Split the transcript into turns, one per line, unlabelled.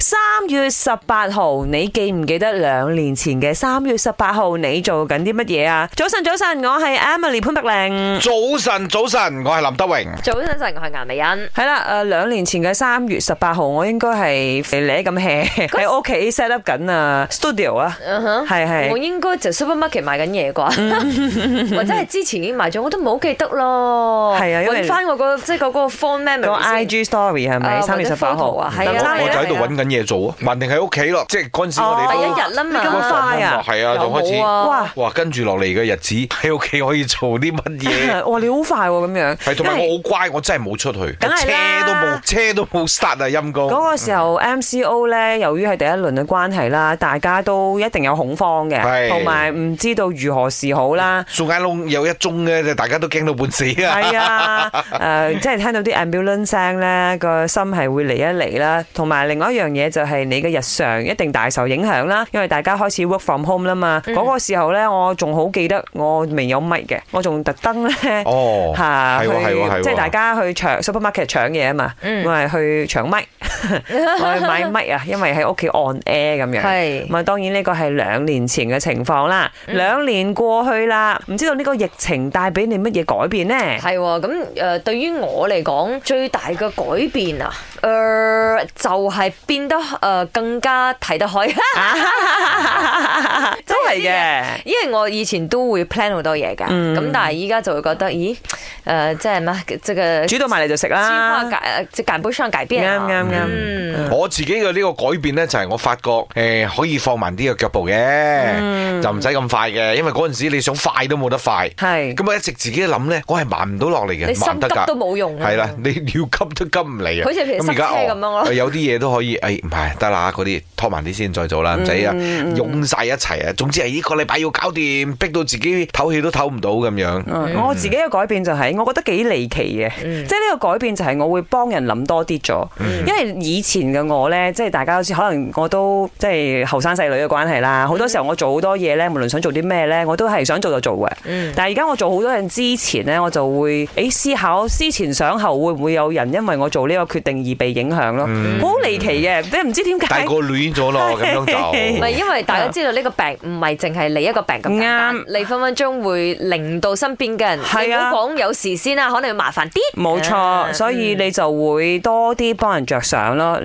三月十八號，你記唔記得兩年前嘅三月十八號你做緊啲乜嘢啊？早晨，早晨，我係 Emily 潘碧玲。
早晨，早晨，我係林德榮。
早晨，晨我係顏美欣。
係 啦，誒兩年前嘅三月十八號，我應該係肥咧咁 hea 喺屋企 set up 緊啊 studio 啊，
嗯哼
係
我
係。
應該就 supermarket 買緊嘢啩，或者係之前已經買咗，我都唔好記得咯。
係嗯啊因為
揾翻我個即係嗰個 phone
個
memory 先
IG story 係咪
啊
三月十八號
或者 photo 啊係啊
等
我
係啊
我就喺度
係啊
揾緊嘢做啊，文定喺屋企咯，即係嗰陣時我哋
哦
都
第一日啦嘛，
你咁快啊
係啊，就開
有冇
始
啊
哇
哇，跟住落嚟嘅日子喺屋企可以做啲乜 嘢？
哇，你好快喎咁樣。
係同埋
因為
我好乖，我真係冇出去，
梗係啦
車都冇，車都冇 start 啊，陰公。
嗰個時候 MCO 咧，由於係第一輪嘅關係啦，大家都一定有恐慌嘅，
係。
同埋唔知道如何是好啦
數眼窿有一宗咧，就大家都驚到半死 啊！
係啊，誒、即係聽到啲 ambulance 聲咧，個心係會嚟一嚟啦。同埋另外一樣嘢就係你嘅日常一定大受影響啦，因為大家開始 work from home 啦嘛。嗰、個時候咧，我仲好記得我未有咪嘅，我仲特登咧。
哦，
吓，
係喎係喎係
去
喎
即係大家去搶 supermarket 搶嘢啊嘛，
嗯
我係去搶 咪， 我去買咪啊，因為喺屋企 on air 咁樣。
係
咁啊，當然呢個係兩年前嘅情況啦，兩年過去啦，唔知道呢個疫情帶俾你乜嘢改變呢？
係喎，咁誒、呃、對於我嚟講，最大嘅改變啊，誒、呃、就係、變得誒、呃更加睇得開。
都係嘅，
因為我以前都會 plan 好多嘢㗎，咁、
嗯
但係依家就會覺得，咦，誒、呃即係咩？即係
煮到埋嚟就食
计划
啦，
改即赶不上改
啱
變啊。
啱啱。
嗯
我自己嘅呢個改變呢，就係我發覺誒可以放慢啲嘅腳步嘅，就唔使咁快嘅，因為嗰陣時你想快都冇得快。
係
咁我一直自己諗咧，我係慢唔到落嚟嘅，
你心
慢得
急
㗎
都冇用啊
係啦，你 要急都急唔嚟啊。
好似譬如塞車咁樣咯
哦有啲嘢都可以，誒唔係得啦，嗰啲拖慢啲先再做啦，唔使啊，
嗯
湧晒一齊啊。總之係呢個禮拜要搞掂，逼到自己唞氣都唞唔到咁樣。
哦
嗯我自己嘅改變就係、我覺得幾離奇嘅，即係呢個改變就係我會幫人諗多啲咗，因為以前嘅我呢，即係大家好似可能我都即係後生細女嘅關係啦，好多時候我做好多嘢呢，無論想做啲咩呢，我都係想做就做嘅。
嗯
但係而家我做好多嘢之前呢，我就會誒思考 思前想後，會唔會有人因為我做呢個決定而被影響咯？好離奇嘅，即係唔知點
大
解
個。亂咗咯，咁樣
唔
就
係，因為大家知道呢個病唔係淨係你一個病咁簡單，你分分鐘會令到身邊嘅人，
係
你唔
啊
好講有事先啦，可能要麻煩啲。
冇錯，
啊
所以你就會多啲幫人着想咯。